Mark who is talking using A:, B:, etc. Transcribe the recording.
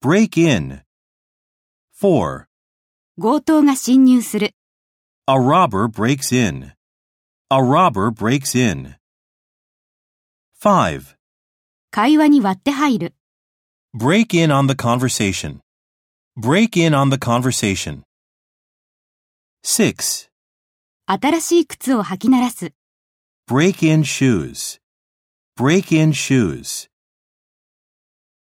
A: Break in. 4.
B: 強盗が侵入する。
A: A robber breaks in. A robber breaks in. 5.
B: 会話に割って入る。
A: Break in on the conversation. Break in on the conversation. 6.
B: 新しい靴を履き鳴らす。
A: Break in shoes. Break in shoes.